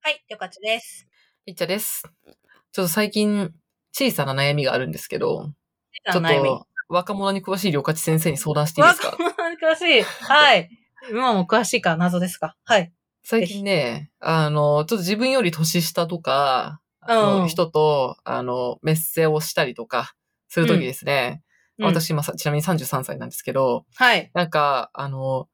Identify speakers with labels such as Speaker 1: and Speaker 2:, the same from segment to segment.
Speaker 1: はい、よかったです。
Speaker 2: いっちゃです。ちょっと最近、小さな悩みがあるんですけど、ちょっ
Speaker 1: 悩み。
Speaker 2: と、若者に詳しい良勝先生に相談していい
Speaker 1: わ
Speaker 2: で
Speaker 1: か
Speaker 2: すか
Speaker 1: 詳しい。はい。今も詳しいか謎ですか。はい。
Speaker 2: 最近ね、あの、ちょっと自分より年下とか、あの
Speaker 1: うん
Speaker 2: 人と、あの、メッセをしたりとか、するときですね、
Speaker 1: うん
Speaker 2: 私今さ、ちなみに33歳なんですけど、
Speaker 1: はい。
Speaker 2: なんか、あの、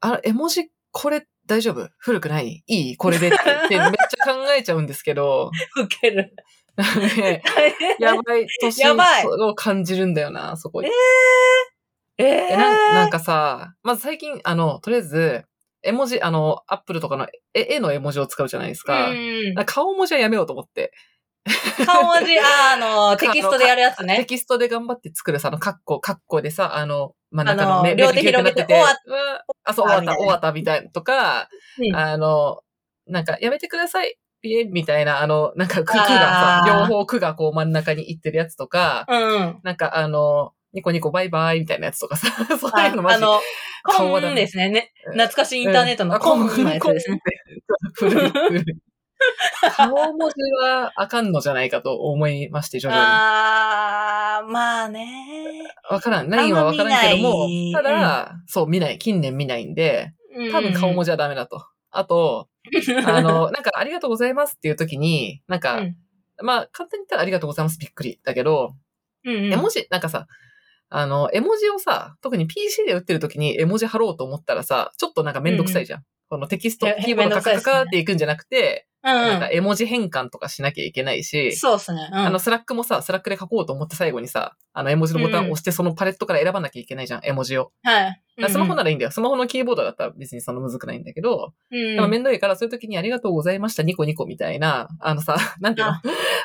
Speaker 2: あ絵文字、これ大丈夫古くないいいこれでって言ってめっちゃ考えちゃうんです けど、
Speaker 1: 受ける。
Speaker 2: なんかねやばい年
Speaker 1: やばい
Speaker 2: を感じるんだよな、そこに。
Speaker 1: えー、
Speaker 2: えなんなんかさ、まず最近、あの、とりあえず、絵文字、あの、アップルとかの絵絵の絵文字を使うじゃないですか。
Speaker 1: うん
Speaker 2: なんか顔文字はやめようと思って。
Speaker 1: 顔文字、あーあ の、テキストでやるやつ
Speaker 2: テ
Speaker 1: ね。
Speaker 2: キストで頑張って作るさ、あの、カッコ、カッコでさ、あの、真ん中
Speaker 1: あ
Speaker 2: の
Speaker 1: の
Speaker 2: 目、
Speaker 1: 両手広げて
Speaker 2: 目でキュッなっ
Speaker 1: 終
Speaker 2: うわあ、そう、終わっ
Speaker 1: みたい
Speaker 2: た、
Speaker 1: な
Speaker 2: 終わったみたいな、とか、
Speaker 1: うん
Speaker 2: あの、なんか、やめてください、ピエンみたいな、あの、なんか、区区
Speaker 1: あー
Speaker 2: がさ、両方区がこう真ん中に行ってるやつとか、
Speaker 1: うん。
Speaker 2: なんか、あの、ニコニコバイバイみたいなやつとかさ、 そう
Speaker 1: あ
Speaker 2: いうのマ
Speaker 1: あ
Speaker 2: ジで
Speaker 1: の、
Speaker 2: 顔
Speaker 1: コ
Speaker 2: はダ
Speaker 1: ン
Speaker 2: メ
Speaker 1: ですねね。懐かしいインターネットのコンのやつですね。
Speaker 2: コンコンって古い古い顔文字はあかんのじゃないかと思いまして、徐々
Speaker 1: あー、まあね。
Speaker 2: に。わからん。何はわからんけども
Speaker 1: あんま見、な
Speaker 2: た
Speaker 1: い
Speaker 2: だ、そう、見ない。近年見ないんで、多分顔文
Speaker 1: 字。
Speaker 2: 字はダメだと。あと、あの、なんか、ありがとうございますっていう時に、なん
Speaker 1: う
Speaker 2: か、
Speaker 1: ん、
Speaker 2: まあ、簡単に言ったらありがとうございます、びっくり。だけど、
Speaker 1: うん。
Speaker 2: 絵文字、なんかさ、あの、絵文字をさ、特に PC で打ってる時に絵文字貼ろうと思ったらさ、ちょっとなんかめんどくさいじゃん。このテキスト、
Speaker 1: え
Speaker 2: キーボードカカカカ
Speaker 1: めんどくさいですね
Speaker 2: っていくんじゃなくて、
Speaker 1: うん
Speaker 2: なんか絵文字変換とかしなきゃいけないし、
Speaker 1: そうですね。うん
Speaker 2: あの、スラックもさ、スラックで書こうと思って最後にさ、あの、絵文字のボタンを押して、そのパレットから選ばなきゃいけないじゃん、絵文字を。
Speaker 1: はい。
Speaker 2: だからスマホ
Speaker 1: だ。
Speaker 2: ならいいんだよ。スマホのキーボードだったら別にそんなむずくないんだけど、
Speaker 1: うん
Speaker 2: でもめんどいからそういう時にありがとうございました、ニコニコみたいな、あのさ、 なんていうの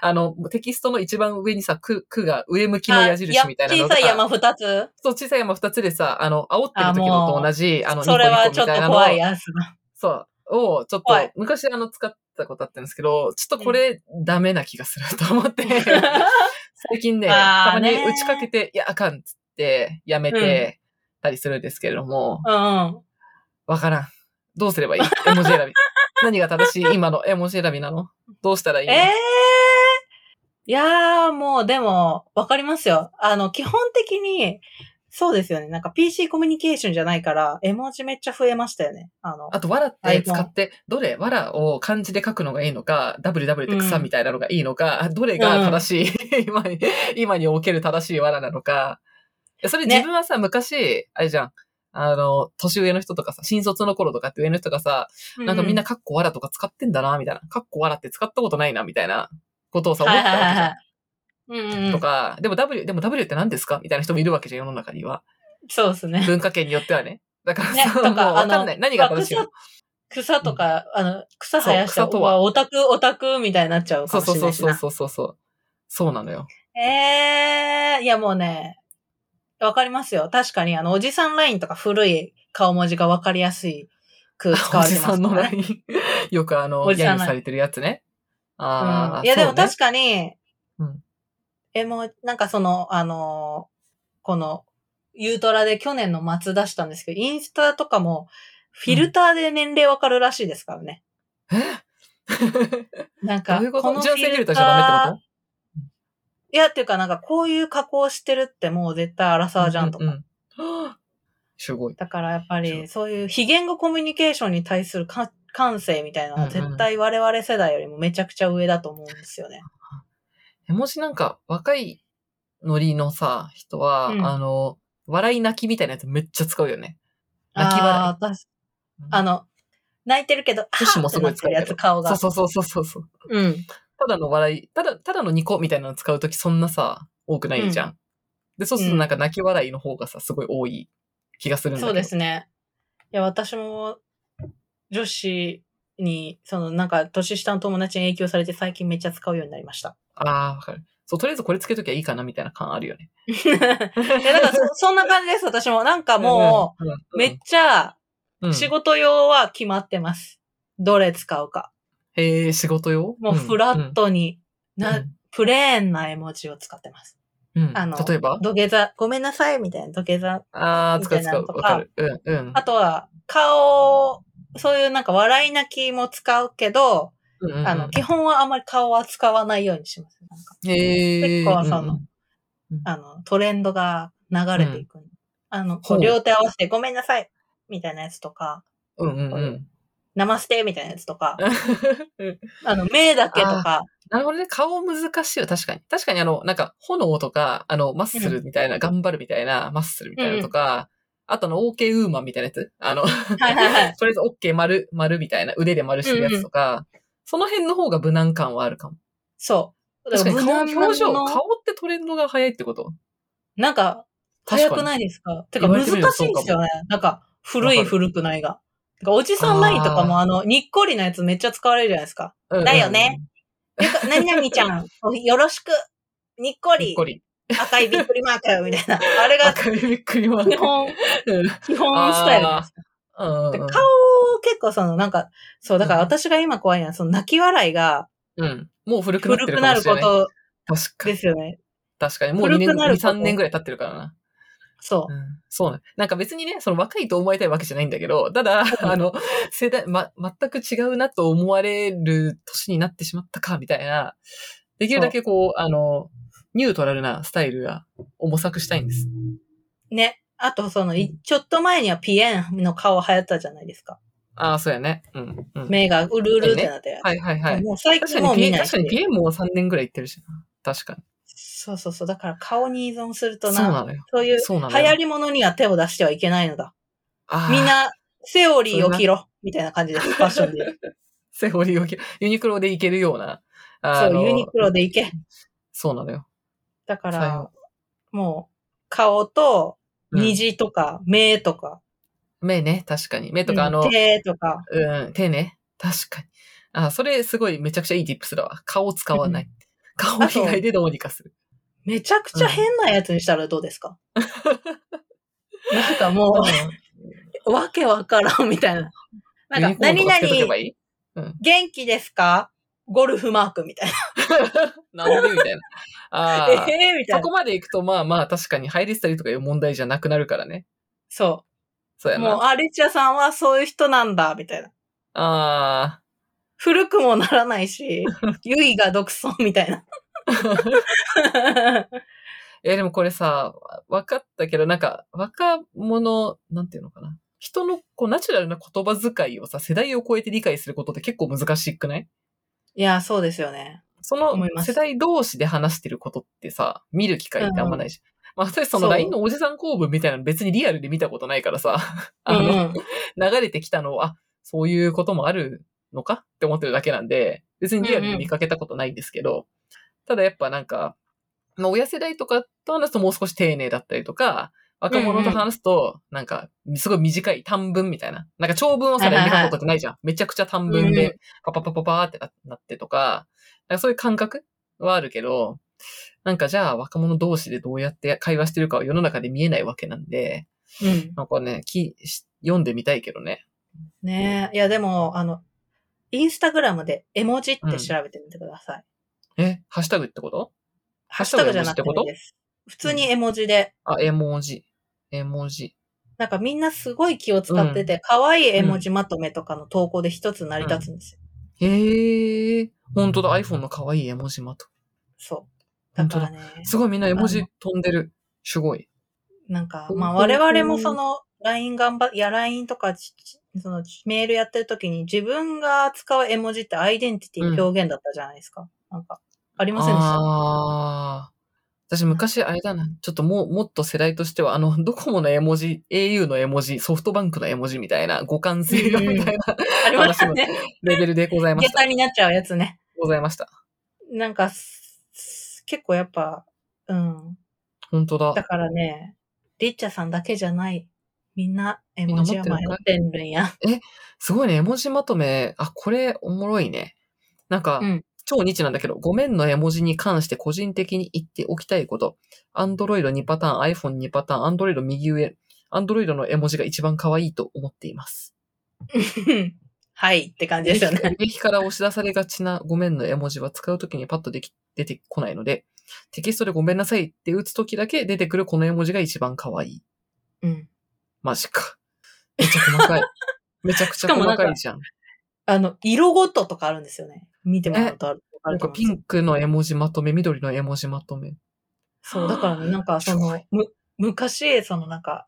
Speaker 2: あの、テキストの一番上にさ、区、区が上向きの矢印みたいなの
Speaker 1: あや
Speaker 2: が
Speaker 1: 小さい山二つ
Speaker 2: そう、小さい山二つでさ、あの、煽ってる時のと同じ、あの、ニコ
Speaker 1: そ
Speaker 2: ニ
Speaker 1: れ
Speaker 2: コ
Speaker 1: は
Speaker 2: み
Speaker 1: ちょった
Speaker 2: い
Speaker 1: と
Speaker 2: なのを
Speaker 1: 怖いやつだ。
Speaker 2: そう。を、ちょっ
Speaker 1: は
Speaker 2: と
Speaker 1: い、
Speaker 2: 昔あの、使ってたことあったんですけど、ちょっとこれ、ダメな気がすると思 って、 最近ね、た
Speaker 1: あー
Speaker 2: ま
Speaker 1: ね
Speaker 2: に打ちかけて、いや、あかんっつって、やめてたりするんですけれども、
Speaker 1: うん。
Speaker 2: わからん。どうすればいい絵文字 選び。何が正しい今の絵文字選びなのどうしたらいい
Speaker 1: え
Speaker 2: の、
Speaker 1: えー。いやー、もうでも、わかりますよ。あの、基本的に、そうですよね。なんか PC コミュニケーションじゃないから、絵文字めっちゃ増えましたよね。あの、
Speaker 2: あと、わらって使って、どれ、わらを漢字で書くのがいいのか、ww って草みたいなのがいいのか、どれが正しい、 今に、今における正しいわらなのか。いやそれ
Speaker 1: ね
Speaker 2: 自分はさ、昔、あれじゃん。あの、年上の人とかさ、新卒の頃とかって上の人がさ、なんかみんなカッコわらとか使ってんだな、みたいな。カッコわらって使ったことないな、みたいなことをさ、
Speaker 1: うん、
Speaker 2: 思
Speaker 1: は
Speaker 2: っ
Speaker 1: いは
Speaker 2: たわ
Speaker 1: い
Speaker 2: けじ
Speaker 1: は
Speaker 2: ゃん
Speaker 1: い。。うんうん
Speaker 2: と、か、でも W、でも W って何ですかみたいな人もいるわけじゃん、世の中には。
Speaker 1: そうですね。
Speaker 2: 文化圏によってはね。だから
Speaker 1: ね
Speaker 2: さ、
Speaker 1: と
Speaker 2: もう
Speaker 1: か
Speaker 2: わかんない。
Speaker 1: あの
Speaker 2: 何が正しいの
Speaker 1: ま草とか、あの、草生やした
Speaker 2: そう草とは
Speaker 1: オタク、オタクみたいになっちゃうか
Speaker 2: そう
Speaker 1: もし
Speaker 2: そう
Speaker 1: れないう
Speaker 2: そ
Speaker 1: しな。
Speaker 2: そうそうそう。そうなのよ。
Speaker 1: ええいやもうね、わかりますよ。確かに、あの、おじさんラインとか古い顔文字がわかりやすいく使
Speaker 2: お
Speaker 1: われ
Speaker 2: じ
Speaker 1: てま
Speaker 2: さ
Speaker 1: す
Speaker 2: んの
Speaker 1: から
Speaker 2: ラ
Speaker 1: ね。
Speaker 2: イン。 よくあの、
Speaker 1: おじさん
Speaker 2: 揶揄
Speaker 1: の LINE
Speaker 2: されてるやつね。ああ、
Speaker 1: うん、いやでも
Speaker 2: そうね
Speaker 1: 確かに、
Speaker 2: うん
Speaker 1: え、もう、なんかその、あのーこの、ユートラで去年の末出したんですけど、インスタとかも、フィルターで年齢わかるらしいですからね。なん
Speaker 2: ど
Speaker 1: か、
Speaker 2: ういうこ
Speaker 1: の
Speaker 2: と
Speaker 1: フィ
Speaker 2: 純
Speaker 1: ルター
Speaker 2: 正フィルターじゃダメってこ
Speaker 1: いや、っていうかなんか、こういう加工してるってもう絶対アラ
Speaker 2: と
Speaker 1: サーじゃんとか。
Speaker 2: ううん はあすごい。
Speaker 1: だからやっぱ
Speaker 2: そう
Speaker 1: り、そういう非言語コミュニケーションに対するか感性みたいなの
Speaker 2: う
Speaker 1: は
Speaker 2: んうん
Speaker 1: 絶対我々世代よりもめちゃくちゃ上だと思うんですよね。
Speaker 2: 絵文字なんか、若いノリのさ、人は、
Speaker 1: うん
Speaker 2: あの、笑い泣きみたいなやつめっちゃ使うよね。泣き
Speaker 1: あ
Speaker 2: 笑
Speaker 1: あー、私
Speaker 2: い。
Speaker 1: あの、泣いてるけど、あ
Speaker 2: 女子
Speaker 1: ー
Speaker 2: も
Speaker 1: っ
Speaker 2: す
Speaker 1: て
Speaker 2: ご
Speaker 1: ないって
Speaker 2: 使う
Speaker 1: る
Speaker 2: けど
Speaker 1: やつ、顔が。
Speaker 2: そうそうそうそうそう。
Speaker 1: うん。
Speaker 2: ただの笑い、ただ、ただのニコみたいなの使うときそんなさ、多くないじゃん。で、そうするとなんか泣き笑いの方がさ、すごい多い気がするんだけど。
Speaker 1: そうですね。いや、私も、女子に、その、なんか、年下の友達に影響されて最近めっちゃ使うようになりました。
Speaker 2: ああ、わかる。そう、とりあえずこれつけときゃいいかなみたいな感あるよね。
Speaker 1: いや、だからそ、そんな感じです、私も。なんかも
Speaker 2: うん、
Speaker 1: う、めっちゃ、
Speaker 2: うん
Speaker 1: 仕事用は決まってます。どれ使うか。
Speaker 2: へえ、仕事用
Speaker 1: もうフラッ
Speaker 2: ト
Speaker 1: トに、な、
Speaker 2: うん
Speaker 1: プレーンな絵文字を使ってます。
Speaker 2: うん
Speaker 1: あの、
Speaker 2: 例えば
Speaker 1: 土下座、ごめんなさいみたいな土下座。
Speaker 2: ああ、使う
Speaker 1: みた
Speaker 2: 使
Speaker 1: いな
Speaker 2: う。
Speaker 1: のとか
Speaker 2: わかる。うん、うん
Speaker 1: あ。とは、顔、そういうなんか笑い泣きも使うけど、
Speaker 2: うんうんうん
Speaker 1: あの、基本はあんまり顔は使わないようにします。なんか
Speaker 2: へ
Speaker 1: 結
Speaker 2: ー
Speaker 1: 構その、
Speaker 2: うん
Speaker 1: あの、トレンドが流れていく。あの、こ
Speaker 2: ほう
Speaker 1: う両手合わせてごめんなさいみたいなやつとか、
Speaker 2: うんうんうん。
Speaker 1: ナマステみたいなやつとか、
Speaker 2: うん
Speaker 1: あの、目だけとか、
Speaker 2: なるほどね。顔難しいよ、確かに。確かにあの、なんか、炎とか、あの、マッスルみたいな、頑張るみたいな、マッスルみたいなとか、あとあの、OK ウーマンみたいなやつ。あの、
Speaker 1: はいはいはい。
Speaker 2: とりあえず OK 丸、丸みたいな、腕で丸してるやつとか、その辺の方が無難感はあるかも。
Speaker 1: そう。
Speaker 2: 確かに
Speaker 1: 無
Speaker 2: 顔、
Speaker 1: 難なもの
Speaker 2: 表情、顔ってトレンドが早いってこと
Speaker 1: なんか、
Speaker 2: 確
Speaker 1: 早
Speaker 2: か
Speaker 1: く
Speaker 2: に。
Speaker 1: ないですかてか
Speaker 2: 言われ
Speaker 1: 難していん
Speaker 2: みれば
Speaker 1: で
Speaker 2: そうかも
Speaker 1: すよね。なんか、古
Speaker 2: わ
Speaker 1: い
Speaker 2: かる
Speaker 1: 古くないが。なんかおじさんラインとかもあの、にっこりなやつめっちゃ使われるじゃないです か。
Speaker 2: うんうん
Speaker 1: だよね。よく何々ちゃん、よろしく、にっこ
Speaker 2: びっ
Speaker 1: り
Speaker 2: こ、り。
Speaker 1: 赤いびっくりマークみたいな。あれが
Speaker 2: 赤い びっくりは。
Speaker 1: 基本、
Speaker 2: うん
Speaker 1: 基本スタイルなんですよ
Speaker 2: うん
Speaker 1: で
Speaker 2: うん
Speaker 1: 顔結構その、なんか、そう、だから私が今怖いのは、その泣き笑いが
Speaker 2: うん。もう古くなって
Speaker 1: 古く
Speaker 2: るか
Speaker 1: な
Speaker 2: も
Speaker 1: る
Speaker 2: しれ
Speaker 1: こ
Speaker 2: ない。
Speaker 1: と
Speaker 2: 確か
Speaker 1: で
Speaker 2: に。
Speaker 1: すよね。
Speaker 2: 確かに。もう2年、
Speaker 1: 古くなる
Speaker 2: 2、
Speaker 1: こと
Speaker 2: 3年ぐらい経ってるからな。。
Speaker 1: そう
Speaker 2: ん、そうね。なんか別にね、その若いと思いたいわけじゃないんだけど、ただ、あの、世代、ま、全く違うなと思われる年になってしまったか、みたいな。できるだけこう、あの、ニュートラルなスタイルが、を模索したいんです。
Speaker 1: う。ね。あと、その、いちょっと前にはピエンの顔流行ったじゃないですか。
Speaker 2: ああ、そうやね。うん。うん、
Speaker 1: 目がうるうるってなって。
Speaker 2: はいはいはい。
Speaker 1: もう最
Speaker 2: 確か
Speaker 1: 近もう
Speaker 2: に
Speaker 1: 見
Speaker 2: ピエ、
Speaker 1: ない
Speaker 2: 確
Speaker 1: し
Speaker 2: かにピエも3年ぐらい行ってるしな。確かに。
Speaker 1: そうそうそう。だから顔に依存する
Speaker 2: そ
Speaker 1: と
Speaker 2: う
Speaker 1: な、そう
Speaker 2: なのよ。
Speaker 1: いう
Speaker 2: そうなの
Speaker 1: 流
Speaker 2: よ。
Speaker 1: 行り物には手を出してはいけないのだ。
Speaker 2: あー
Speaker 1: みん、な、セオリーを着ろ。みたいな感じです。ファッションで。
Speaker 2: セオリーを着ユニクロで行けるような。 あ
Speaker 1: そ
Speaker 2: の
Speaker 1: う、ユニクロで行け。
Speaker 2: そうなのよ。
Speaker 1: だか
Speaker 2: さ
Speaker 1: ら
Speaker 2: よ、
Speaker 1: もう、顔と、
Speaker 2: うん
Speaker 1: 虹とか、目とか、
Speaker 2: 目ね、確かに。目とか、あの、
Speaker 1: 手とか、
Speaker 2: うん、手ね。確かに。あ、それすごいめちゃくちゃいい tips だわ。顔を使わない。顔以外でどうにかする。
Speaker 1: めちゃくちゃ変なやつにしたらどうです か、なんかもう、わけわからんみたいな。
Speaker 2: ユ
Speaker 1: なんか、
Speaker 2: ニコーン
Speaker 1: 何
Speaker 2: とかつけとけば
Speaker 1: 々、
Speaker 2: いい
Speaker 1: 元気ですかゴルフマークみたいな。
Speaker 2: なんでみたいな。ああ。
Speaker 1: ええみた
Speaker 2: そ
Speaker 1: いな
Speaker 2: こ。まで行くと、まあまあ確かに入れてたりとかいう問題じゃなくなるからね。
Speaker 1: そ
Speaker 2: そう
Speaker 1: う。
Speaker 2: やな。
Speaker 1: もう、
Speaker 2: あ
Speaker 1: アレチアさんはそういう人なんだ、みたいな。
Speaker 2: あ
Speaker 1: 古くもならない し、ユイが独尊みたいな。
Speaker 2: ー。え、でもこれさ、分かったけど、なんか、若者、なんていうのかな。人の、こう、ナチュラルな言葉遣いをさ、世代を超えて理解することって結構難しくない
Speaker 1: いや、そうですよね。
Speaker 2: そ
Speaker 1: 思
Speaker 2: の
Speaker 1: います
Speaker 2: 世代同士で話してることってさ、見る機会ってあんまないし。まあ、私その
Speaker 1: そう
Speaker 2: LINE のおじさん公文みたいなの別にリアルで見たことないからさ、 あ
Speaker 1: うん
Speaker 2: の、
Speaker 1: うん
Speaker 2: 流れてきたのは、あ、そういうこともあるのかって思ってるだけなんで、別にリアルで見かけたことないんですけど、ただやっぱなんか、まあ、親世代とかと話すともう少し丁寧だったりとか、若者と話すと、なんか、すごい短い短文みたいな。なんか長文をさ、
Speaker 1: はいはいは
Speaker 2: 見
Speaker 1: い
Speaker 2: たことってないじゃん。めちゃくちゃ短
Speaker 1: う
Speaker 2: 文
Speaker 1: んう
Speaker 2: で、パパパパパーってななってとか、なんかそういう感覚はあるけど、なんかじゃあ若者同士でどうやって会話してるかは世の中で見えないわけなんで、
Speaker 1: うん。
Speaker 2: なんかね、きし読んでみたいけどね。
Speaker 1: ねえ。いや、でも、あの、インスタグラムで絵文字って調べてみてください。
Speaker 2: え、ハッシュタグってこと
Speaker 1: ハッシュタグじゃなくてもいいです。普通に絵文字で、
Speaker 2: あ、絵文字。絵文字。
Speaker 1: なんかみんなすごい気を使ってて、可愛い絵文字まとめとかの投稿で一つ成り立つんですよ。
Speaker 2: へえ、本当だ、iPhone の可愛い絵文字まと。
Speaker 1: そう。だからね、
Speaker 2: すごいみんな絵文字飛んでる。すごい。
Speaker 1: なんか、
Speaker 2: ほん
Speaker 1: まあ
Speaker 2: ほんほん
Speaker 1: 我々もその、LINE 頑張、いや LINE とかち、ちそのメールやってる時に自分が使う絵文字ってアイデンティティの表現だったじゃないですか。なんか、ありませんでした
Speaker 2: ああ。私昔あれだな。ちょっともう、もっと世代としては、あの、ドコモの絵文字、au の絵文字、ソフトバンクの絵文字みたいな、互換性が
Speaker 1: うんうん
Speaker 2: みたいな
Speaker 1: ありましたね。
Speaker 2: レベルでございま
Speaker 1: 下
Speaker 2: した。
Speaker 1: 駄になっちゃうやつね。
Speaker 2: ございました。
Speaker 1: なんか、すす結構やっぱ、うん。
Speaker 2: 本当
Speaker 1: だ
Speaker 2: だ。
Speaker 1: からね、リッチャさんだけじゃない。みんな絵文字は迷
Speaker 2: みんな持っ
Speaker 1: ってるんや。
Speaker 2: すごいね。絵文字まとめ、あ、これおもろいね。なんか、
Speaker 1: うん
Speaker 2: 超ニッチなんだけど、ごめんの絵文字に関して個人的に言っておきたいこと。Android2 パターン、iPhone2 パターン、Android 右上、Android の絵文字が一番可愛いと思っています。
Speaker 1: はいって感じですよね。
Speaker 2: 敵敵から押し出されがちなごめんの絵文字は使うときにパッとでき出てこないので、テキストでごめんなさいって打つときだけ出てくるこの絵文字が一番可愛い。
Speaker 1: うん。
Speaker 2: マジか。めちゃ細かい。めちゃくちゃ細かいじゃん。
Speaker 1: あの、色ごととかあるんですよね。見てもらうとある。あ
Speaker 2: な
Speaker 1: る
Speaker 2: ん
Speaker 1: と
Speaker 2: か
Speaker 1: 思うんです
Speaker 2: ピ
Speaker 1: よ
Speaker 2: ンクの絵文字まとめ、緑の絵文字まとめ。
Speaker 1: そう、だからね、なんかそ
Speaker 2: すご
Speaker 1: の
Speaker 2: い、
Speaker 1: む、昔、そのなんか、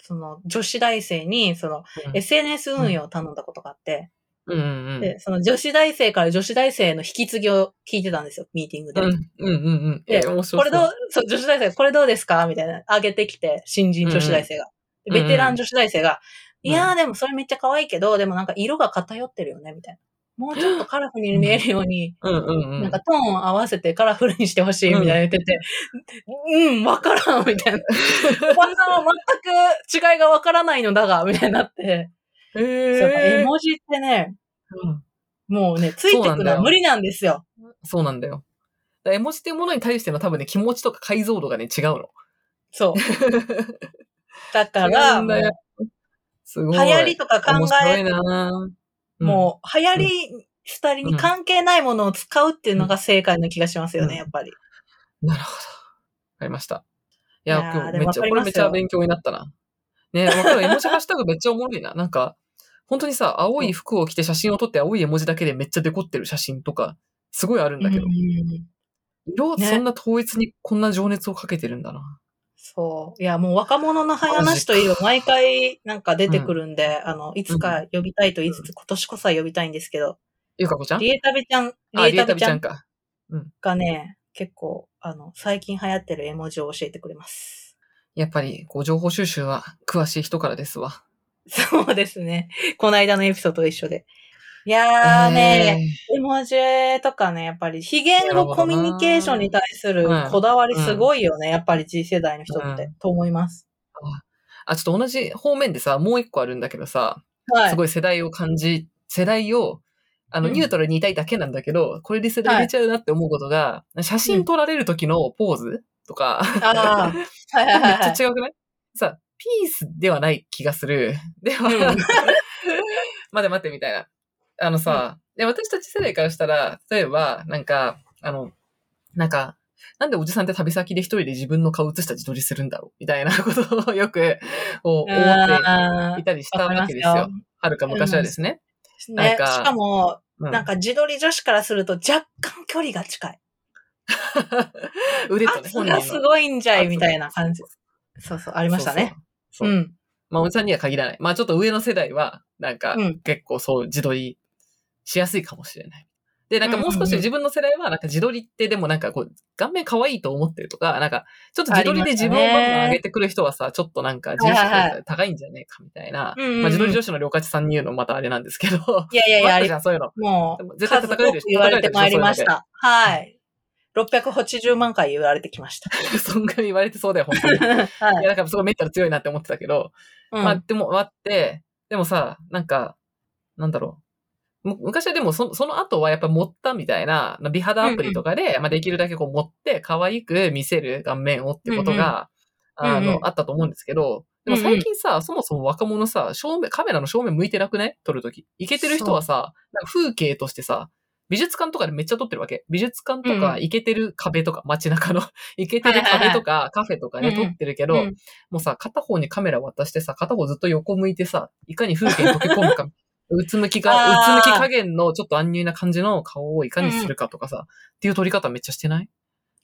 Speaker 1: その女子大生に、その、
Speaker 2: うん
Speaker 1: SNS 運用を頼んだことがあって、
Speaker 2: うんうんうん
Speaker 1: で、その女子大生から女子大生の引き継ぎを聞いてたんですよ、ミーティングで。
Speaker 2: うんうんうんうん。え、
Speaker 1: で
Speaker 2: 面白そう。
Speaker 1: これどう、そう、女子大生、これどうですかみたいな、上げてきて、新人女子大生が。
Speaker 2: うん
Speaker 1: でベテラン女子大生が、
Speaker 2: うん
Speaker 1: いやーでもそれめっちゃ可愛いけど、でもなんか色が偏ってるよね、みたいな。もうちょっとカラフルに見えるように、
Speaker 2: うんうんうん。
Speaker 1: なんかトーン合わせてカラフルにしてほしいみたいな言ってて、うん、わ、からんみ たいな。おばさんは全く違いがわからないのだが、みたいになって。
Speaker 2: え
Speaker 1: そうやっぱ絵
Speaker 2: ー、
Speaker 1: 文字ってね、
Speaker 2: うん
Speaker 1: もうね、ついて
Speaker 2: そうな
Speaker 1: く
Speaker 2: ん
Speaker 1: の
Speaker 2: だ
Speaker 1: は
Speaker 2: よ
Speaker 1: 無理なんですよ。
Speaker 2: そうなんだよ。だから絵文字っていうものに対しての多分ね、気持ちとか解像度がね、違うの。
Speaker 1: そう。だから、
Speaker 2: 違う
Speaker 1: も
Speaker 2: ん
Speaker 1: う
Speaker 2: だ
Speaker 1: 流
Speaker 2: よすごい。
Speaker 1: 行りとか考
Speaker 2: 面白
Speaker 1: え、
Speaker 2: いなぁ
Speaker 1: もう流行り、したりに関係ないものを使うっていうのが正解な気がしますよ
Speaker 2: う
Speaker 1: ね、
Speaker 2: ん
Speaker 1: やっぱり。
Speaker 2: うんなるほど。わかりました。
Speaker 1: い
Speaker 2: い
Speaker 1: や
Speaker 2: や、
Speaker 1: ー
Speaker 2: 今日
Speaker 1: で
Speaker 2: め
Speaker 1: も
Speaker 2: っちゃ、
Speaker 1: わかり
Speaker 2: こ
Speaker 1: ますよ
Speaker 2: れめっちゃ勉強になったな。ね、わかる。絵文字ハッシュタグめっちゃおもろいな。 なんか、本当にさ、青い服を着て写真を撮って青い絵文字だけでめっちゃデコってる写真とか、すごいあるんだけど。
Speaker 1: うん
Speaker 2: 色、
Speaker 1: ね
Speaker 2: そんな統一にこんな情熱をかけてるんだな。
Speaker 1: そう。いや、もう若者の早話といえば毎回なんか出てくるんで、あの、いつか呼びたいと言いつつ、今年こそは呼びたいんですけど、
Speaker 2: ゆかこちゃん
Speaker 1: リエタビちゃん、
Speaker 2: あ、
Speaker 1: リ
Speaker 2: リ
Speaker 1: エ
Speaker 2: エ
Speaker 1: タビ
Speaker 2: タビ
Speaker 1: ち
Speaker 2: ち
Speaker 1: ゃ
Speaker 2: ゃ
Speaker 1: ん
Speaker 2: んか。
Speaker 1: がね、結構、あの、最近流行ってる絵文字を教えてくれます。
Speaker 2: やっぱり、こう、情報収集は詳しい人からですわ。
Speaker 1: そうですね。この間のエピソードと一緒で。いやーね、絵文字とかね、やっぱり非言語コミュニケーションに対するこだわりすごいよね。やっぱり G 世代の人って、
Speaker 2: う
Speaker 1: と思います。
Speaker 2: あ、ちょっと同じ方面でさ、もう一個あるんだけどさ、
Speaker 1: はい
Speaker 2: す。ごい世代を感じ、世代を、あの、
Speaker 1: うん
Speaker 2: ニュートラルにいたいだけなんだけど、これで世代出ちゃうなって思うことが、写真撮られる時のポーズとか、
Speaker 1: ああ、はい
Speaker 2: め
Speaker 1: はいはいは
Speaker 2: っ
Speaker 1: い
Speaker 2: ち。ゃ違うくないさ、ピースではない気がする。 では、
Speaker 1: うん
Speaker 2: 待って待ってみたいな。あのさ、で私たち世代からしたら、例えば、なんか、あの、なんか、なんでおじさんって旅先で一人で自分の顔写した自撮りするんだろうみたいなことをよく、こう思って
Speaker 1: あ
Speaker 2: いたりした
Speaker 1: ーわかり
Speaker 2: わ
Speaker 1: ま
Speaker 2: け
Speaker 1: す
Speaker 2: です
Speaker 1: よ
Speaker 2: よ。。はるか昔はですね。
Speaker 1: ね、
Speaker 2: なんか
Speaker 1: しかも、
Speaker 2: うん
Speaker 1: なんか自撮り女子からすると若干距離が近い。
Speaker 2: 腕とね、
Speaker 1: 圧
Speaker 2: 本
Speaker 1: が
Speaker 2: 人
Speaker 1: す
Speaker 2: の。
Speaker 1: ごいんじゃ
Speaker 2: あ
Speaker 1: い、みたいな感じ。。そうそう、あ
Speaker 2: あ
Speaker 1: りましたね。。
Speaker 2: そうう。
Speaker 1: ん。
Speaker 2: まあ、おじさんには限らない。まあ、ちょっと上の世代は、なんか
Speaker 1: うん、
Speaker 2: 結構そう、自撮りしやすいかもしれない。で、なんか
Speaker 1: うんうん
Speaker 2: も
Speaker 1: う
Speaker 2: うん少し自分の世代は、なんか自撮りってでもなんかこう、顔面可愛いと思ってるとか、なんか、ちょっと自撮りで自分をバンバン上げてくる人はさ、ちょっとなんか、自意識が高いんじゃないかみたいな。
Speaker 1: うんうんうん
Speaker 2: まあ、自撮り女子の良ちさんに言うのもまたあれなんですけど、
Speaker 1: いやいやい
Speaker 2: ま
Speaker 1: や、
Speaker 2: あ
Speaker 1: あ
Speaker 2: ある
Speaker 1: り
Speaker 2: じゃん、そういうの。
Speaker 1: も
Speaker 2: でも
Speaker 1: う、
Speaker 2: 絶対
Speaker 1: 数
Speaker 2: 叩
Speaker 1: 多
Speaker 2: かれる
Speaker 1: く
Speaker 2: でしょ
Speaker 1: 言われてまいりまし
Speaker 2: 叩
Speaker 1: た。はい。680万回言われてきました。
Speaker 2: そんぐらい言われてそうだよ、本 当に。い
Speaker 1: はい。
Speaker 2: や、だからすごいメンタル強いなって思ってたけど、
Speaker 1: うん
Speaker 2: まあ、でも、あって、でもさ、なんか、なんだろう。む昔はでもそ、その後はやっぱ持ったみたいな、美肌アプリとかで、まあできるだけこう持って、可愛く見せる顔面をってことが、
Speaker 1: うんうんう
Speaker 2: あの、
Speaker 1: んうん
Speaker 2: あったと思うんですけど、でも最近さ、そもそも若者さ、正面、カメラの正面向いてなくね撮るとき。いけてる人はさ、なんか風景としてさ、美術館とかでめっちゃ撮ってるわけ。美術館と
Speaker 1: うん
Speaker 2: か、イケてる壁とか、街中の、イケてる壁とか、カフェとか
Speaker 1: う
Speaker 2: で
Speaker 1: んう
Speaker 2: 撮
Speaker 1: ん
Speaker 2: ってるけど、
Speaker 1: うん
Speaker 2: もうさ、片方にカメラ渡してさ、片方ずっと横向いてさ、いかに風景に溶け込む か、うつむき
Speaker 1: あ
Speaker 2: が、
Speaker 1: ー
Speaker 2: うつむき加減のちょっと安入な感じの顔をいかにするかとかさ、っていう撮り方めっちゃしてない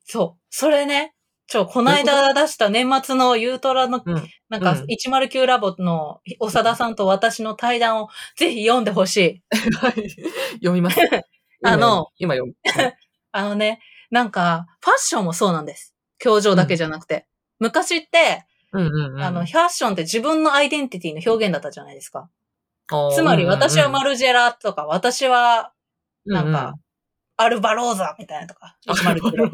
Speaker 1: そう。それね、ちょ、この間出した年末のユートラの、
Speaker 2: うん
Speaker 1: なんか
Speaker 2: うん
Speaker 1: 109ラボの長田さんと私の対談をぜひ読んでほしい。
Speaker 2: はい読みます。
Speaker 1: あの
Speaker 2: 今読む、今読む。
Speaker 1: あのね、なんか、ファッションもそうなんです。表情だけじゃなくて。昔って、
Speaker 2: うんうんうん。
Speaker 1: あの、ファッションって自分のアイデンティティの表現だったじゃないですか。
Speaker 2: あー、
Speaker 1: つまり、私は
Speaker 2: ま
Speaker 1: マルジェラとか、私は、なんか、
Speaker 2: う
Speaker 1: アルバローザみたいなとか、
Speaker 2: んうん、
Speaker 1: マル ジェラ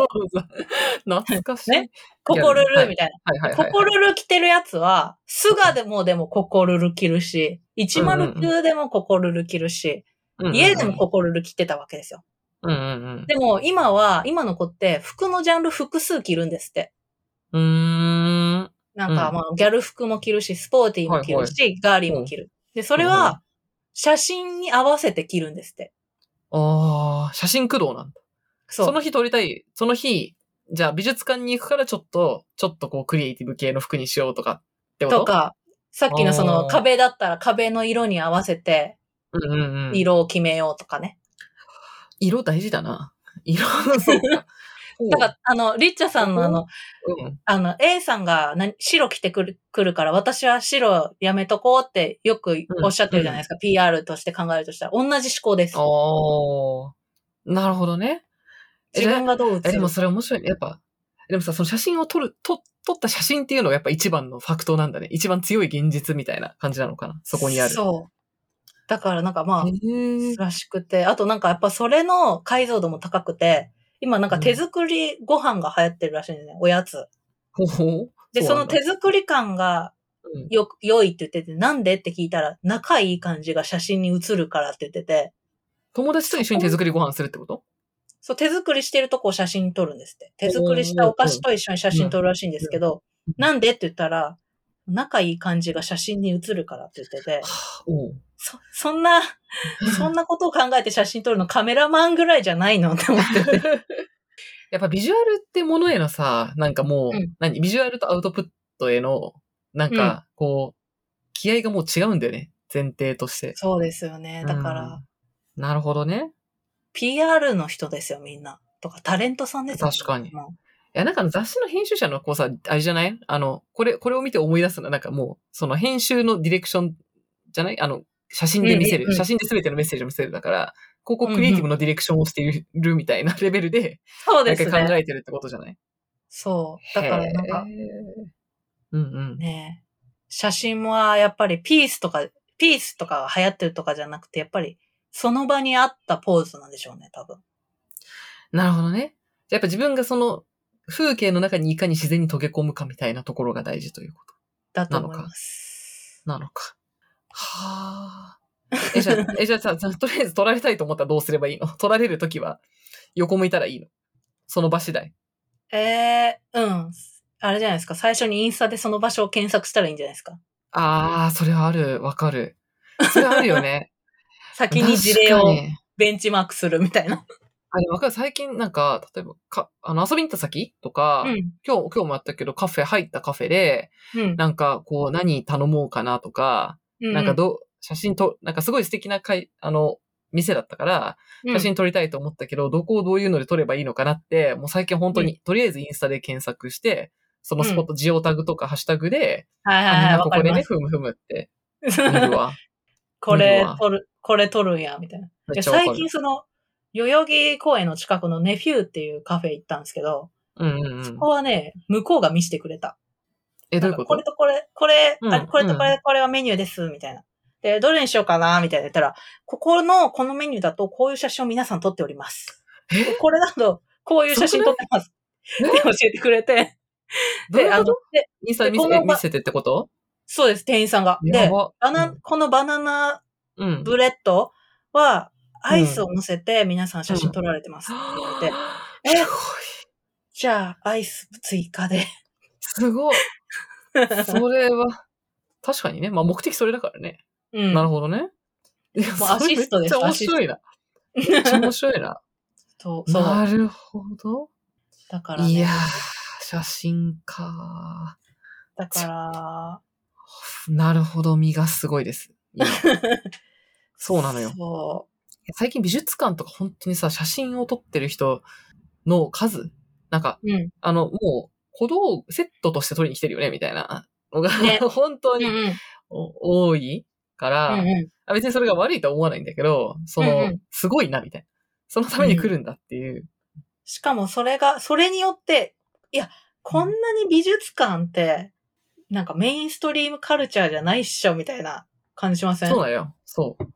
Speaker 2: 懐かしい。
Speaker 1: ねココルルみたい
Speaker 2: はいは
Speaker 1: な。
Speaker 2: い は
Speaker 1: コ
Speaker 2: い、
Speaker 1: コルル着てるやつは、スガでもでもココルル着るし、109でもココルル着るし、
Speaker 2: うんうんうん
Speaker 1: 家でもココルル着てたわけですよ。
Speaker 2: うんうん
Speaker 1: でも今は、今の子って服のジャンル複数着るんですって。
Speaker 2: うん。うーん。
Speaker 1: なんか、
Speaker 2: うん
Speaker 1: まあ、ギャル服も着るし、スポーティーも着るし、ガーリーも着る。で、それ
Speaker 2: うんう
Speaker 1: は、写真に合わせて着るんですって。
Speaker 2: ああ、写真駆動なんだ
Speaker 1: そう。
Speaker 2: その日撮りたい、その日、じゃあ美術館に行くからちょっと、ちょっとこうクリエイティブ系の服にしようとかってこと
Speaker 1: とか、さっきのその
Speaker 2: あー
Speaker 1: 壁だったら壁の色に合わせて、
Speaker 2: うんうんうん。
Speaker 1: 色を決めようとかね。
Speaker 2: 色大事だな。色、 そ うか。
Speaker 1: だから、あの、リッチャさんのあの、
Speaker 2: うん、
Speaker 1: あの、A さんが何白着てくるくるから、私は白やめとこうってよくおっしゃってるじゃないですか。PR として考えるとしたら。同じ思考です。
Speaker 2: おー。なるほどね。え
Speaker 1: 自分がどう映
Speaker 2: え、で
Speaker 1: る
Speaker 2: もそれ面白いね。やっぱ、でもさ、その写真を撮る、撮、撮った写真っていうのがやっぱ一番のファクトなんだね。一番強い現実みたいな感じなのかな。そこにある。
Speaker 1: そう。だからなんかまあ、
Speaker 2: へー
Speaker 1: らしくて、あとなんかやっぱそれの解像度も高くて、今なんか手作りご飯が流行ってるらしいんだよね、おやつ。
Speaker 2: ほほ
Speaker 1: で、
Speaker 2: う
Speaker 1: そ
Speaker 2: な
Speaker 1: の
Speaker 2: んだ
Speaker 1: 手作り感が
Speaker 2: うん
Speaker 1: よ、良いって言ってて、なんでって聞いたら、仲いい感じが写真に写るからって言ってて、
Speaker 2: 友達と一緒に手作りご飯するってこと
Speaker 1: そう、手作りしてるとこを写真撮るんですって。手作りしたお菓子と一緒に写真撮るらしいんですけど
Speaker 2: うん、
Speaker 1: なんでって言ったら、仲いい感じが写真に写るからって言ってて、
Speaker 2: はあおう
Speaker 1: そ、そんな、そんなことを考えて写真撮るのカメラマンぐらいじゃないのって思ってて。
Speaker 2: やっぱビジュアルってものへのさ、なんかもう、
Speaker 1: うん
Speaker 2: 何ビジュアルとアウトプットへの、なんか、こう、気合がもう違うんだよね。前提として。
Speaker 1: そうですよね。だから、
Speaker 2: うんなるほどね。
Speaker 1: PR の人ですよ、みんな。とか、タレントさんですよ、
Speaker 2: 確かに
Speaker 1: も
Speaker 2: いや、なんかあの雑誌の編集者のこうさ、あれじゃないあの、これ、これを見て思い出すのは、なんかもう、その編集のディレクションじゃないあの、写真で見せ
Speaker 1: うんうん
Speaker 2: る。
Speaker 1: うん
Speaker 2: 写真で全てのメッセージを見せる。だから、ここクリエイティブのディレクションをしているみたいなレベルで、
Speaker 1: うそう
Speaker 2: な
Speaker 1: で
Speaker 2: んか
Speaker 1: す
Speaker 2: 考
Speaker 1: ね。
Speaker 2: えてるってことじゃない
Speaker 1: そう。だから、なんか
Speaker 2: へ、ーうんうん。
Speaker 1: ね写真はやっぱりピースとか、ピースとかが流行ってるとかじゃなくて、やっぱり、その場にあったポーズなんでしょうね、多分。
Speaker 2: なるほどね。じゃあやっぱ自分がその、風景の中にいかに自然に溶け込むかみたいなところが大事ということ
Speaker 1: だと思い
Speaker 2: なの
Speaker 1: ま
Speaker 2: か
Speaker 1: す。
Speaker 2: なのか。はあ。え、じゃあ、え、じゃあさ、さとりあえず撮られたいと思ったらどうすればいいの撮られるときは、横向いたらいいのその場次第。
Speaker 1: えー、うん。あれじゃないですか。最初にインスタでその場所を検索したらいいんじゃないですか。
Speaker 2: ああ、それはある。わかる。それはあるよね。
Speaker 1: 先に事例を
Speaker 2: 確かに
Speaker 1: ベンチマークするみたいな。
Speaker 2: あれ、わかる。最近なんか、例えば、か、あの、遊びに行った先とか、
Speaker 1: うん。
Speaker 2: 今日、今日もあったけど、カフェ、入ったカフェで、
Speaker 1: うん。
Speaker 2: なんか、こう、何頼もうかなとか、なんかどう、写真と、なんかすごい素敵な会、あの、店だったから、
Speaker 1: うん、
Speaker 2: 写真撮りたいと思ったけど、どこをどういうので撮ればいいのかなって、もう最近本当に、とりあえずインスタで検索して、そのスポット、ジオタグとかハッシュタグで、
Speaker 1: はいはい
Speaker 2: あ、みん
Speaker 1: はい、
Speaker 2: な
Speaker 1: わ
Speaker 2: こ
Speaker 1: かり
Speaker 2: こで
Speaker 1: ま
Speaker 2: ね、
Speaker 1: す。
Speaker 2: ふむふむって見るわ。
Speaker 1: これ
Speaker 2: 見るわ
Speaker 1: 撮る、これ撮るんや、みたいな。い
Speaker 2: めっ
Speaker 1: や
Speaker 2: ちゃわか
Speaker 1: 最
Speaker 2: る。
Speaker 1: 近その、代々木公園の近くのネフューっていうカフェ行ったんですけど、
Speaker 2: うんうんう
Speaker 1: そ
Speaker 2: ん
Speaker 1: こ。はね、向こうが見せてくれた。
Speaker 2: え、どういう
Speaker 1: なん
Speaker 2: こ
Speaker 1: かことれとこれ、これ、
Speaker 2: うん
Speaker 1: あれこれとこれ、
Speaker 2: う
Speaker 1: これはメニューです、みたいな。で、どれにしようかな、みたいな言ったら、ここの、このメニューだと、こういう写真を皆さん撮っております。
Speaker 2: え
Speaker 1: これだと、こういう写真撮ってます。
Speaker 2: え
Speaker 1: って教えてくれて、
Speaker 2: どうい
Speaker 1: で、あ
Speaker 2: うこ
Speaker 1: の
Speaker 2: と、
Speaker 1: で、
Speaker 2: インスタで見
Speaker 1: で
Speaker 2: せ
Speaker 1: この
Speaker 2: え
Speaker 1: 場
Speaker 2: 見せてってこと
Speaker 1: そうです、店員さんが。
Speaker 2: や
Speaker 1: で、
Speaker 2: ば
Speaker 1: バナ、このバナナ
Speaker 2: うん。
Speaker 1: ブレッドは、アイスを乗せて皆さん写真撮られてます。
Speaker 2: は
Speaker 1: て
Speaker 2: あ
Speaker 1: え
Speaker 2: すごい
Speaker 1: じゃあ、アイス追加で。
Speaker 2: すごい。それは、確かにね。まあ目的それだからね。
Speaker 1: うん。
Speaker 2: なるほどね。いや
Speaker 1: もうアシストです
Speaker 2: それめっちゃ面白いな。めっちゃ面白いな。
Speaker 1: そう、そう。
Speaker 2: なるほど。
Speaker 1: だから、ね、
Speaker 2: いやー、写真か
Speaker 1: だから、
Speaker 2: なるほど、身がすごいです。いやそうなのよ。
Speaker 1: そ
Speaker 2: 最近美術館とか本当にさ、写真を撮ってる人の数なんか、
Speaker 1: う。うん。
Speaker 2: あの、もう、小道具、セットとして撮りに来てるよね、みたいなのが、
Speaker 1: ね
Speaker 2: 本当
Speaker 1: うん
Speaker 2: に
Speaker 1: うん。
Speaker 2: お多いから、
Speaker 1: うんうん。
Speaker 2: あ別にそれが悪いとは思わないんだけど、その、
Speaker 1: うんうん
Speaker 2: すごいな、みたいな。そのために来るんだっていう。
Speaker 1: しかも、それが、それによって、いや、こんなに美術館って、なんかメインストリームカルチャーじゃないっしょ、みたいな感じしません
Speaker 2: そうなのよ。そう。い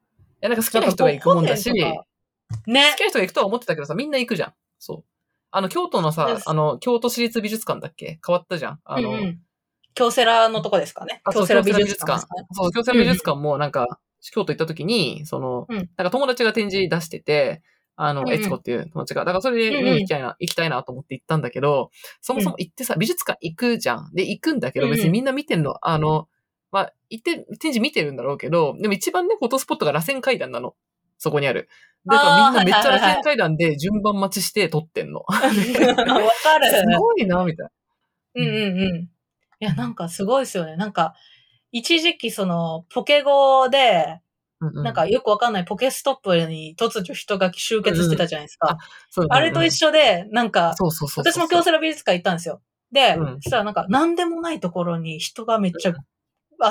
Speaker 2: や、なんか好きな人が行くもんだし、
Speaker 1: なんかこう個展とかね
Speaker 2: 好き。な人が行くとは思ってたけどさ、みんな行くじゃん。そう。あの、京都の
Speaker 1: そう
Speaker 2: さ
Speaker 1: で、す
Speaker 2: あの、京都市立美術館だっけ変わったじゃん。あの、
Speaker 1: うんうん京セラのとこですかね。
Speaker 2: あそう
Speaker 1: 京セラ
Speaker 2: 京
Speaker 1: 美
Speaker 2: セラ美
Speaker 1: 術
Speaker 2: 術
Speaker 1: 館です
Speaker 2: 館
Speaker 1: かね。
Speaker 2: そう、京セラ美術館もなんか、京都行った時に、その、
Speaker 1: うん
Speaker 2: なんか友達が展示出してて、あの、
Speaker 1: うんうん
Speaker 2: エツコっていう友達が、だからそれで見に行きたいな、行きたいなと思って行ったんだけど、そもそも行ってさ、美術館行くじゃん。で、行くんだけど、
Speaker 1: うんうん
Speaker 2: 別にみんな見てんの、あの、まあ、行って、展示見てるんだろうけど、でも一番ね、フォトスポットが螺旋階段なの。そこにある。だから
Speaker 1: あ
Speaker 2: み
Speaker 1: ー
Speaker 2: んなめっちゃ
Speaker 1: はいはいはい
Speaker 2: 螺旋階段で順番待ちして撮ってんの。
Speaker 1: わかる。
Speaker 2: すごいな、みたい
Speaker 1: うんうんうん。いや、なんかすごいですよね。なんか、一時期その、ポケゴで、
Speaker 2: な。うんうん
Speaker 1: なんかよくわかんないポケストップに突如人が集結してたじゃないですか。
Speaker 2: そう
Speaker 1: あれと一緒で、なんか、
Speaker 2: そうそうそうそう。
Speaker 1: 私も京セラ美術館行ったんですよ。で、
Speaker 2: うん
Speaker 1: そしたらなんか、なんでもないところに人がめっちゃ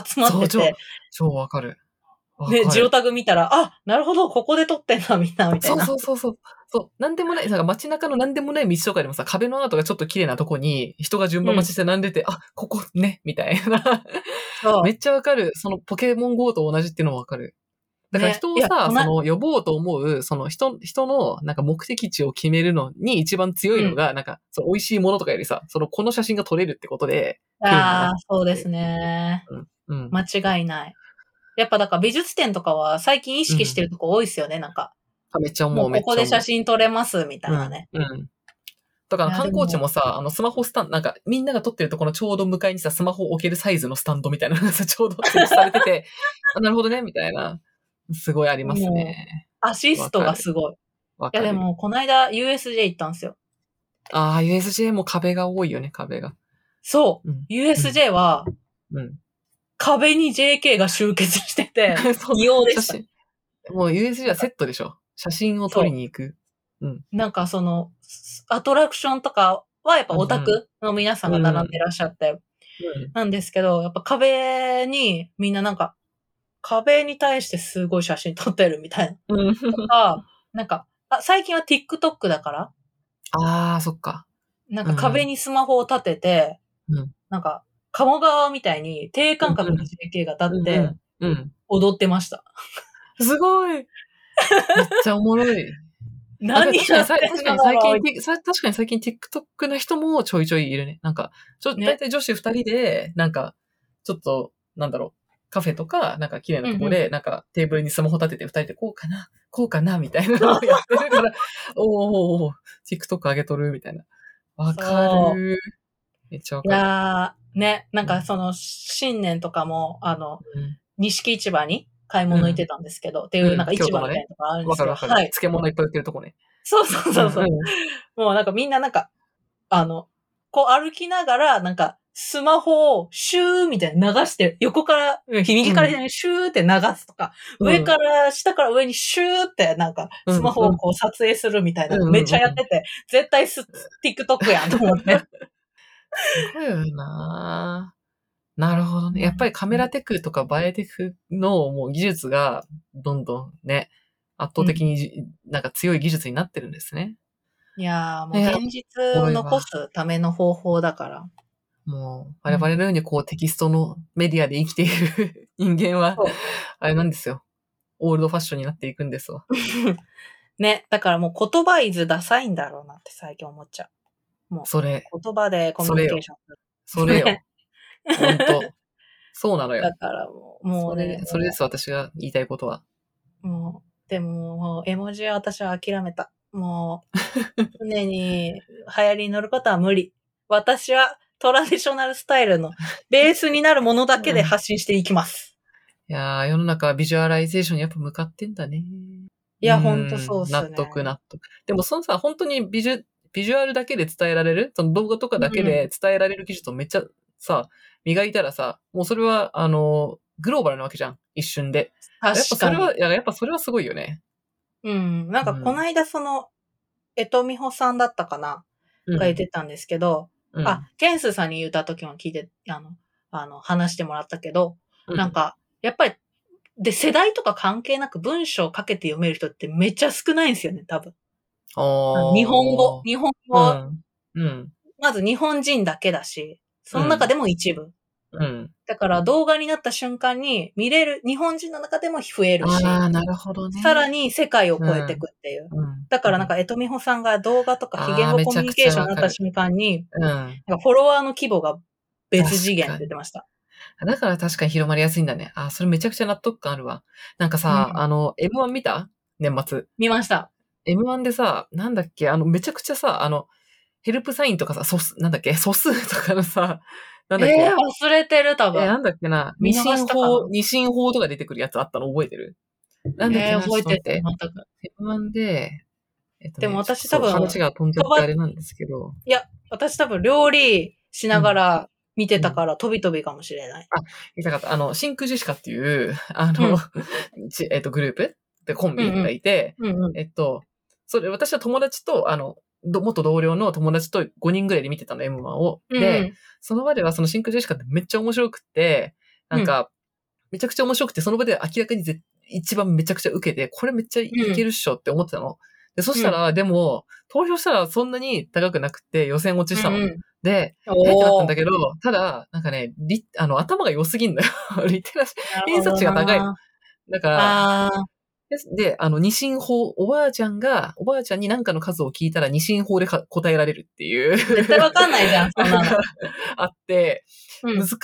Speaker 1: 集まって
Speaker 2: そう
Speaker 1: て、
Speaker 2: 超わかる。わかる
Speaker 1: で、ジオタグ見たら、あ、なるほど、ここで撮ってんだ、みんな、みたい
Speaker 2: そう
Speaker 1: な。
Speaker 2: そうそうそう。そう。なんでもない、なんか街中のなんでもない道とかでもさ、壁のアートがちょっと綺麗なとこに、人が順番待ちして並んでて、あ、ここね、みたいな。
Speaker 1: そう
Speaker 2: めっちゃわかる。そのポケモン GO と同じっていうのもわかる。だから
Speaker 1: ね
Speaker 2: 人を
Speaker 1: いや
Speaker 2: さ、
Speaker 1: こ
Speaker 2: そ
Speaker 1: な
Speaker 2: の呼ぼうと思う、その人、人のなんか目的地を決めるのに一番強いのが、なんか、その美味しいものとかよりさ、そのこの写真が撮れるってことで、
Speaker 1: ああ、そうですね。
Speaker 2: うん。
Speaker 1: 間違いない。やっぱだから美術展とかは最近意識してるとこ多いですよね、なんか。
Speaker 2: あめっちゃ思
Speaker 1: も
Speaker 2: う、
Speaker 1: う
Speaker 2: めっ
Speaker 1: こ
Speaker 2: ちゃ思う。
Speaker 1: こで写真撮れます、みたいなね。
Speaker 2: うん。うん。だから
Speaker 1: いや
Speaker 2: 観光地もさ、あの、スマホスタンド、なんか、みんなが撮ってるところのちょうど向かいにさ、スマホを置けるサイズのスタンドみたいなのがさ、ちょうど設置されてて、 あなるほどね、みたいな。すごいありますね。
Speaker 1: アシストがすごい。い
Speaker 2: わか
Speaker 1: や
Speaker 2: る。
Speaker 1: でも、この間 USJ 行ったんですよ。
Speaker 2: ああ、USJ も壁が多いよね、壁が。
Speaker 1: そうう。USJ は
Speaker 2: ん。
Speaker 1: 壁に JK が集結して て、
Speaker 2: うん。そう
Speaker 1: 異様で
Speaker 2: 写
Speaker 1: した。
Speaker 2: 真。もう USJ はセットでしょ。写真を撮りに行く。
Speaker 1: なんかその、アトラクションとかはやっぱオタクの皆さんが並んでらっしゃって、なんですけど、やっぱ壁にみんななんか、壁に対してすごい写真撮ってるみたいな。
Speaker 2: うん。
Speaker 1: と か、なんか、あ最近は TikTok だから、
Speaker 2: ああ、そっか。
Speaker 1: なんか壁にスマホを立てて、
Speaker 2: うん
Speaker 1: なんか、鴨川みたいに低感覚の JK が立っ
Speaker 2: う
Speaker 1: て
Speaker 2: んうん。
Speaker 1: 踊ってました。
Speaker 2: すごいめっちゃおもろい。
Speaker 1: 何
Speaker 2: 確か
Speaker 1: やっ
Speaker 2: にさ
Speaker 1: て
Speaker 2: 確
Speaker 1: ん
Speaker 2: か
Speaker 1: だ
Speaker 2: に最
Speaker 1: ろう
Speaker 2: 近、ティさ確かに最近 TikTok な人もちょいちょいいるね。なんか、ちょ、
Speaker 1: ね
Speaker 2: 大体女子二人で、なんか、ちょっと、なんだろう、カフェとか、なんか綺麗なとこで、なんかテーブルにスマホ立てて二人でこうかな、こうかな、みたいなの をやってるから、おーおーおー TikTok 上げとる、みたいな。わかる。めっちゃわ
Speaker 1: い
Speaker 2: かる。
Speaker 1: やー、ね、なんかその、新年とかも、あの、
Speaker 2: うん
Speaker 1: 錦市場に買い物行ってたんですけど、っていうう、
Speaker 2: ん
Speaker 1: なんか市場みたいなのがあるんで
Speaker 2: わ
Speaker 1: すけ
Speaker 2: かる
Speaker 1: ど、
Speaker 2: わかる。
Speaker 1: はい。
Speaker 2: 漬物いっぱい売ってるとこね。
Speaker 1: そうそうそうそう、
Speaker 2: ん
Speaker 1: もうなんかみんななんか、あの、こう歩きながら、なんか、スマホをシューみたいに流して、横から、うん右から左にシューって流すとか、
Speaker 2: うん
Speaker 1: 上から、下から上にシューってなんか、
Speaker 2: うん
Speaker 1: スマホをこう撮影するみたいな、
Speaker 2: うん
Speaker 1: めっちゃやってて、絶対す、TikTok やんと思って。
Speaker 2: すごいよななるほどね。やっぱりカメラテクとか映えテクのもう技術がどんどんね、圧倒的にじ、なんか強い技術になってるんですね。
Speaker 1: いやー、
Speaker 2: い
Speaker 1: も
Speaker 2: や
Speaker 1: う現実を残すための方法だから。
Speaker 2: もう、我々のようにこうテキストのメディアで生きている人間は
Speaker 1: そう、
Speaker 2: あれなんですよ。オールドファッションになっていくんですわ。
Speaker 1: ね、だからもう言葉いずダサいんだろうなって最近思っちゃ
Speaker 2: それ、
Speaker 1: う。言葉でコミュニケーションする。
Speaker 2: それよ。
Speaker 1: ね
Speaker 2: ほんと。そうなのよ
Speaker 1: だ。からもう、も
Speaker 2: そう
Speaker 1: ね
Speaker 2: れ、、それです、私が言いたいことは。
Speaker 1: もう、でももう絵文字は私は諦めた。もう、 常に流行りに乗ることは無理。私はトラディショナルスタイルのベースになるものだけで発信していきます。
Speaker 2: いやー、世の中はビジュアライゼーションにやっぱ向かってんだね。
Speaker 1: いや、ほんとそうっすね。
Speaker 2: ん納得納得。でもそのさ、本当にビジュ、ビジュアルだけで伝えられる、その動画とかだけで伝えられる技術をめっちゃさ、磨いたらさ、もうそれは、あの、グローバルなわけじゃん。一瞬で。やっぱ
Speaker 1: 確
Speaker 2: そ
Speaker 1: か
Speaker 2: れ
Speaker 1: に。
Speaker 2: は、いややっぱそれはすごいよね。
Speaker 1: うん。なんか、この間、その、えとみほさんだったかな、
Speaker 2: うん
Speaker 1: が言ってたんですけど、
Speaker 2: うん
Speaker 1: あ、ケンスさんに言った時も聞いて、あの、あの、話してもらったけど、なん、か、やっぱり、で、世代とか関係なく文章をかけて読める人ってめっちゃ少ないんですよね、多分。
Speaker 2: うんあー
Speaker 1: 日本語、日本語、
Speaker 2: うん。うん。
Speaker 1: まず日本人だけだし、その中でも一部。
Speaker 2: うん。
Speaker 1: だから動画になった瞬間に見れる、日本人の中でも増えるし、
Speaker 2: ああ、なるほどね。
Speaker 1: さらに世界を超えていくっていう。
Speaker 2: うん、
Speaker 1: だからなんか、えとみほさんが動画とか非言語コミュニケーションになった瞬間に、
Speaker 2: うん。
Speaker 1: なんかフォロワーの規模が別次元って言ってました。
Speaker 2: だから確かに広まりやすいんだね。あ、それめちゃくちゃ納得感あるわ。なんかさ、
Speaker 1: うん
Speaker 2: あの、M1 見た年末。
Speaker 1: 見ました。
Speaker 2: M1 でさ、なんだっけ、あの、めちゃくちゃさ、あの、ヘルプサインとかさ、素数、なんだっけ、素数とか のさ、なんだっけ、
Speaker 1: え
Speaker 2: え
Speaker 1: ー、忘れてる多分。
Speaker 2: なんだっけな、
Speaker 1: 見
Speaker 2: 二
Speaker 1: 逃したかな
Speaker 2: 進法、二進法とか出てくるやつあったの覚えてるなんだっけ
Speaker 1: え
Speaker 2: な、
Speaker 1: ー、覚えて
Speaker 2: ちょっ
Speaker 1: る
Speaker 2: と待。
Speaker 1: 全く
Speaker 2: って。M1 で、えっと
Speaker 1: で
Speaker 2: ね
Speaker 1: も私
Speaker 2: ちょっと
Speaker 1: 多分
Speaker 2: 話が飛んじゃってあれなんですけど、
Speaker 1: 私多分料理しながら見てたから、飛び飛びかもしれない。
Speaker 2: 見たかった。あの、真空ジェシカっていう、あの、 ちえっと、グループでコンビがいて、
Speaker 1: うんうん。
Speaker 2: えっと、それ、私は友達と、あの、ど元同僚の友達と5人ぐらいで見てたの、M1 を。で、
Speaker 1: うん
Speaker 2: その場ではその真空ジェシカってめっちゃ面白くって、なんか、めちゃくちゃ面白くて、その場で明らかにぜ一番めちゃくちゃ受けて、これめっちゃいけるっしょって思ってたの。で、そしたら、でも、投票したらそんなに高くなくて予選落ちしたの。
Speaker 1: うんうん
Speaker 2: で、えってなったんだけど、ただ、なんかね、リあの、頭が良すぎんだよ。 リテラシ
Speaker 1: おー
Speaker 2: 偏差値が高い
Speaker 1: なるほどな
Speaker 2: ー。だから、
Speaker 1: ああ、
Speaker 2: で、あの、二進法、おばあちゃんが、おばあちゃんに何かの数を聞いたら二進法でか答えられるっていう。
Speaker 1: 絶対わかんないじゃん、そん なの。
Speaker 2: あって、
Speaker 1: うん
Speaker 2: 難し、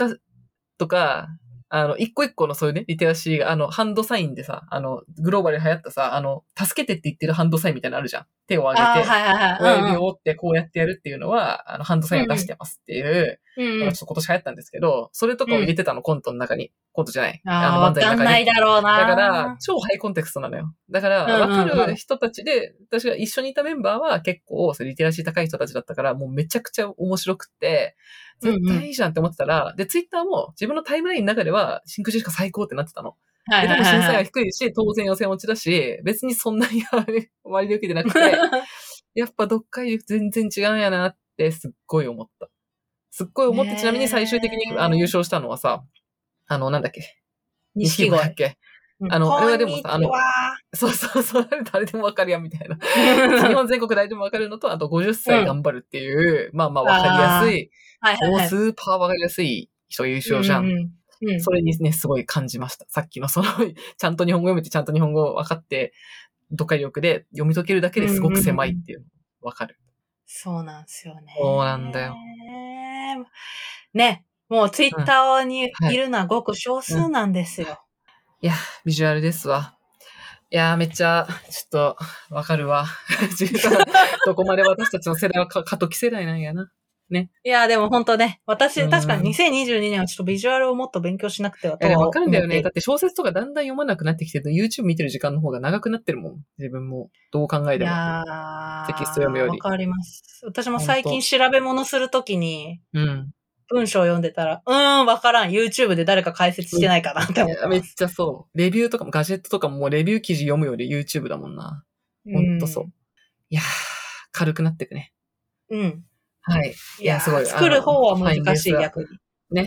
Speaker 2: とか、あの、一個一個のそういうね、リテラシーが、あの、ハンドサインでさ、あの、グローバルで流行ったさ、あの、助けてって言ってるハンドサインみたいなのあるじゃん。手を上
Speaker 1: ああ、
Speaker 2: げて、
Speaker 1: はいはい
Speaker 2: 親
Speaker 1: はい
Speaker 2: 指を折ってこうやってやるっていうのは、あの、ハンドサインを出してますっていう、
Speaker 1: うんうん。
Speaker 2: の
Speaker 1: うん
Speaker 2: がちょっと今年流行ったんですけど、それとかを入れてたの、コントの中に。コントじゃない。
Speaker 1: ああ、わかんないだろうな。
Speaker 2: だから、、超ハイコンテクストなのよ。だから、
Speaker 1: うんうんうん
Speaker 2: わかる人たちで、私が一緒にいたメンバーは結構、それリテラシー高い人たちだったから、もうめちゃくちゃ面白くって、絶対いいじゃんって思ってたら、で、ツイッターも自分のタイムラインの中では、真空ジェシカ最高ってなってたの。
Speaker 1: は
Speaker 2: で、
Speaker 1: いは
Speaker 2: で
Speaker 1: い
Speaker 2: も審査
Speaker 1: は
Speaker 2: はい低いし、当然予選落ちだし、別にそんなに周りで受けてな くて、やっぱどっかより全然違うんやなって、すっごい思った。すっごい思って、
Speaker 1: ねえ
Speaker 2: ちなみに最終的に、あの、優勝したのはさ、あの、なんだっけ
Speaker 1: 錦鯉
Speaker 2: だっけ
Speaker 1: うん
Speaker 2: あの
Speaker 1: こんにち
Speaker 2: 俺はでもさあの
Speaker 1: は
Speaker 2: そうそうそう、誰でもわかるやん、みたいな。 日本全国誰でもわかるのと、あと50歳頑張るっていう、まあまあわかりやすい、
Speaker 1: はいはい
Speaker 2: もう
Speaker 1: はい
Speaker 2: スーパーわかりやすい人が優勝じゃん。
Speaker 1: うんうんうん
Speaker 2: それにね、すごい感じました。さっきのその、 ちゃんと日本語読めて、ちゃんと日本語分かって、読解力で読み解けるだけですごく狭いっていうのわかる。
Speaker 1: そうなんですよね。
Speaker 2: そうなんだよ。
Speaker 1: ね。もうツイッターに
Speaker 2: はい
Speaker 1: いるのはごく少数なんですよ。
Speaker 2: ビジュアルですわ。いやー、めっちゃ、ちょっと、わかるわ。 ジュリさんどこまで私たちの世代はか過渡期世代なんやな。
Speaker 1: いや、でも本当ね、私、
Speaker 2: うん
Speaker 1: 確かに2022年はちょっとビジュアルをもっと勉強しなくてはいと
Speaker 2: や、で
Speaker 1: は
Speaker 2: も
Speaker 1: 思
Speaker 2: わ
Speaker 1: って
Speaker 2: か
Speaker 1: い
Speaker 2: る
Speaker 1: る。
Speaker 2: んだよね。だって小説とかだんだん読まなくなってきてると、YouTube 見てる時間の方が長くなってるもん。自分も。どう考え
Speaker 1: い
Speaker 2: ても。
Speaker 1: や
Speaker 2: テキスト読むより
Speaker 1: わかります。私も最近調べ物するときに、
Speaker 2: うん。
Speaker 1: 文章を読んでたら、うーん、わからん。YouTube で誰か解説してないかなって思っ
Speaker 2: いや
Speaker 1: て
Speaker 2: めっ
Speaker 1: ます。
Speaker 2: ちゃそう。レビューとかも、ガジェットとかももうレビュー記事読むより YouTube だもんな。ほんとそう。いやー、軽くなってくね。
Speaker 1: うん。うん。
Speaker 2: はい。
Speaker 1: いや、
Speaker 2: すごい
Speaker 1: 作る方は
Speaker 2: あの
Speaker 1: 難しい、
Speaker 2: ファインデースは
Speaker 1: 逆に。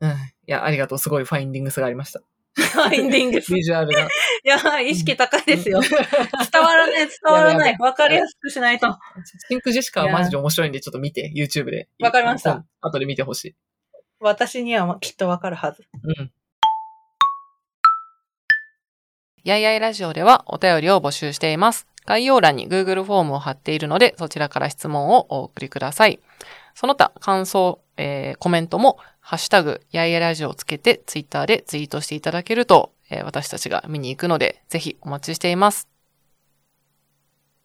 Speaker 2: うん。いや、ありがとう。すごいファインディングスがありました。
Speaker 1: ファインディングス。い
Speaker 2: ビジュアルが。
Speaker 1: や、意識高いですよ。
Speaker 2: う
Speaker 1: 伝わらない、伝わら
Speaker 2: やば
Speaker 1: ないい。わかりやすくしないと。
Speaker 2: んシンクジェシカはマジで面白いんで、ちょっと見て、YouTube で。
Speaker 1: わかりました。
Speaker 2: 後で見てほしい。
Speaker 1: 私にはきっとわかるはず。
Speaker 2: うん。
Speaker 3: やいやいラジオではお便りを募集しています。概要欄に Google フォームを貼っているので、そちらから質問をお送りください。その他、感想、えーコメントも、ハッシュタグ、やいやいラジオをつけて、Twitter でツイートしていただけると、えー私たちが見に行くので、ぜひお待ちしています。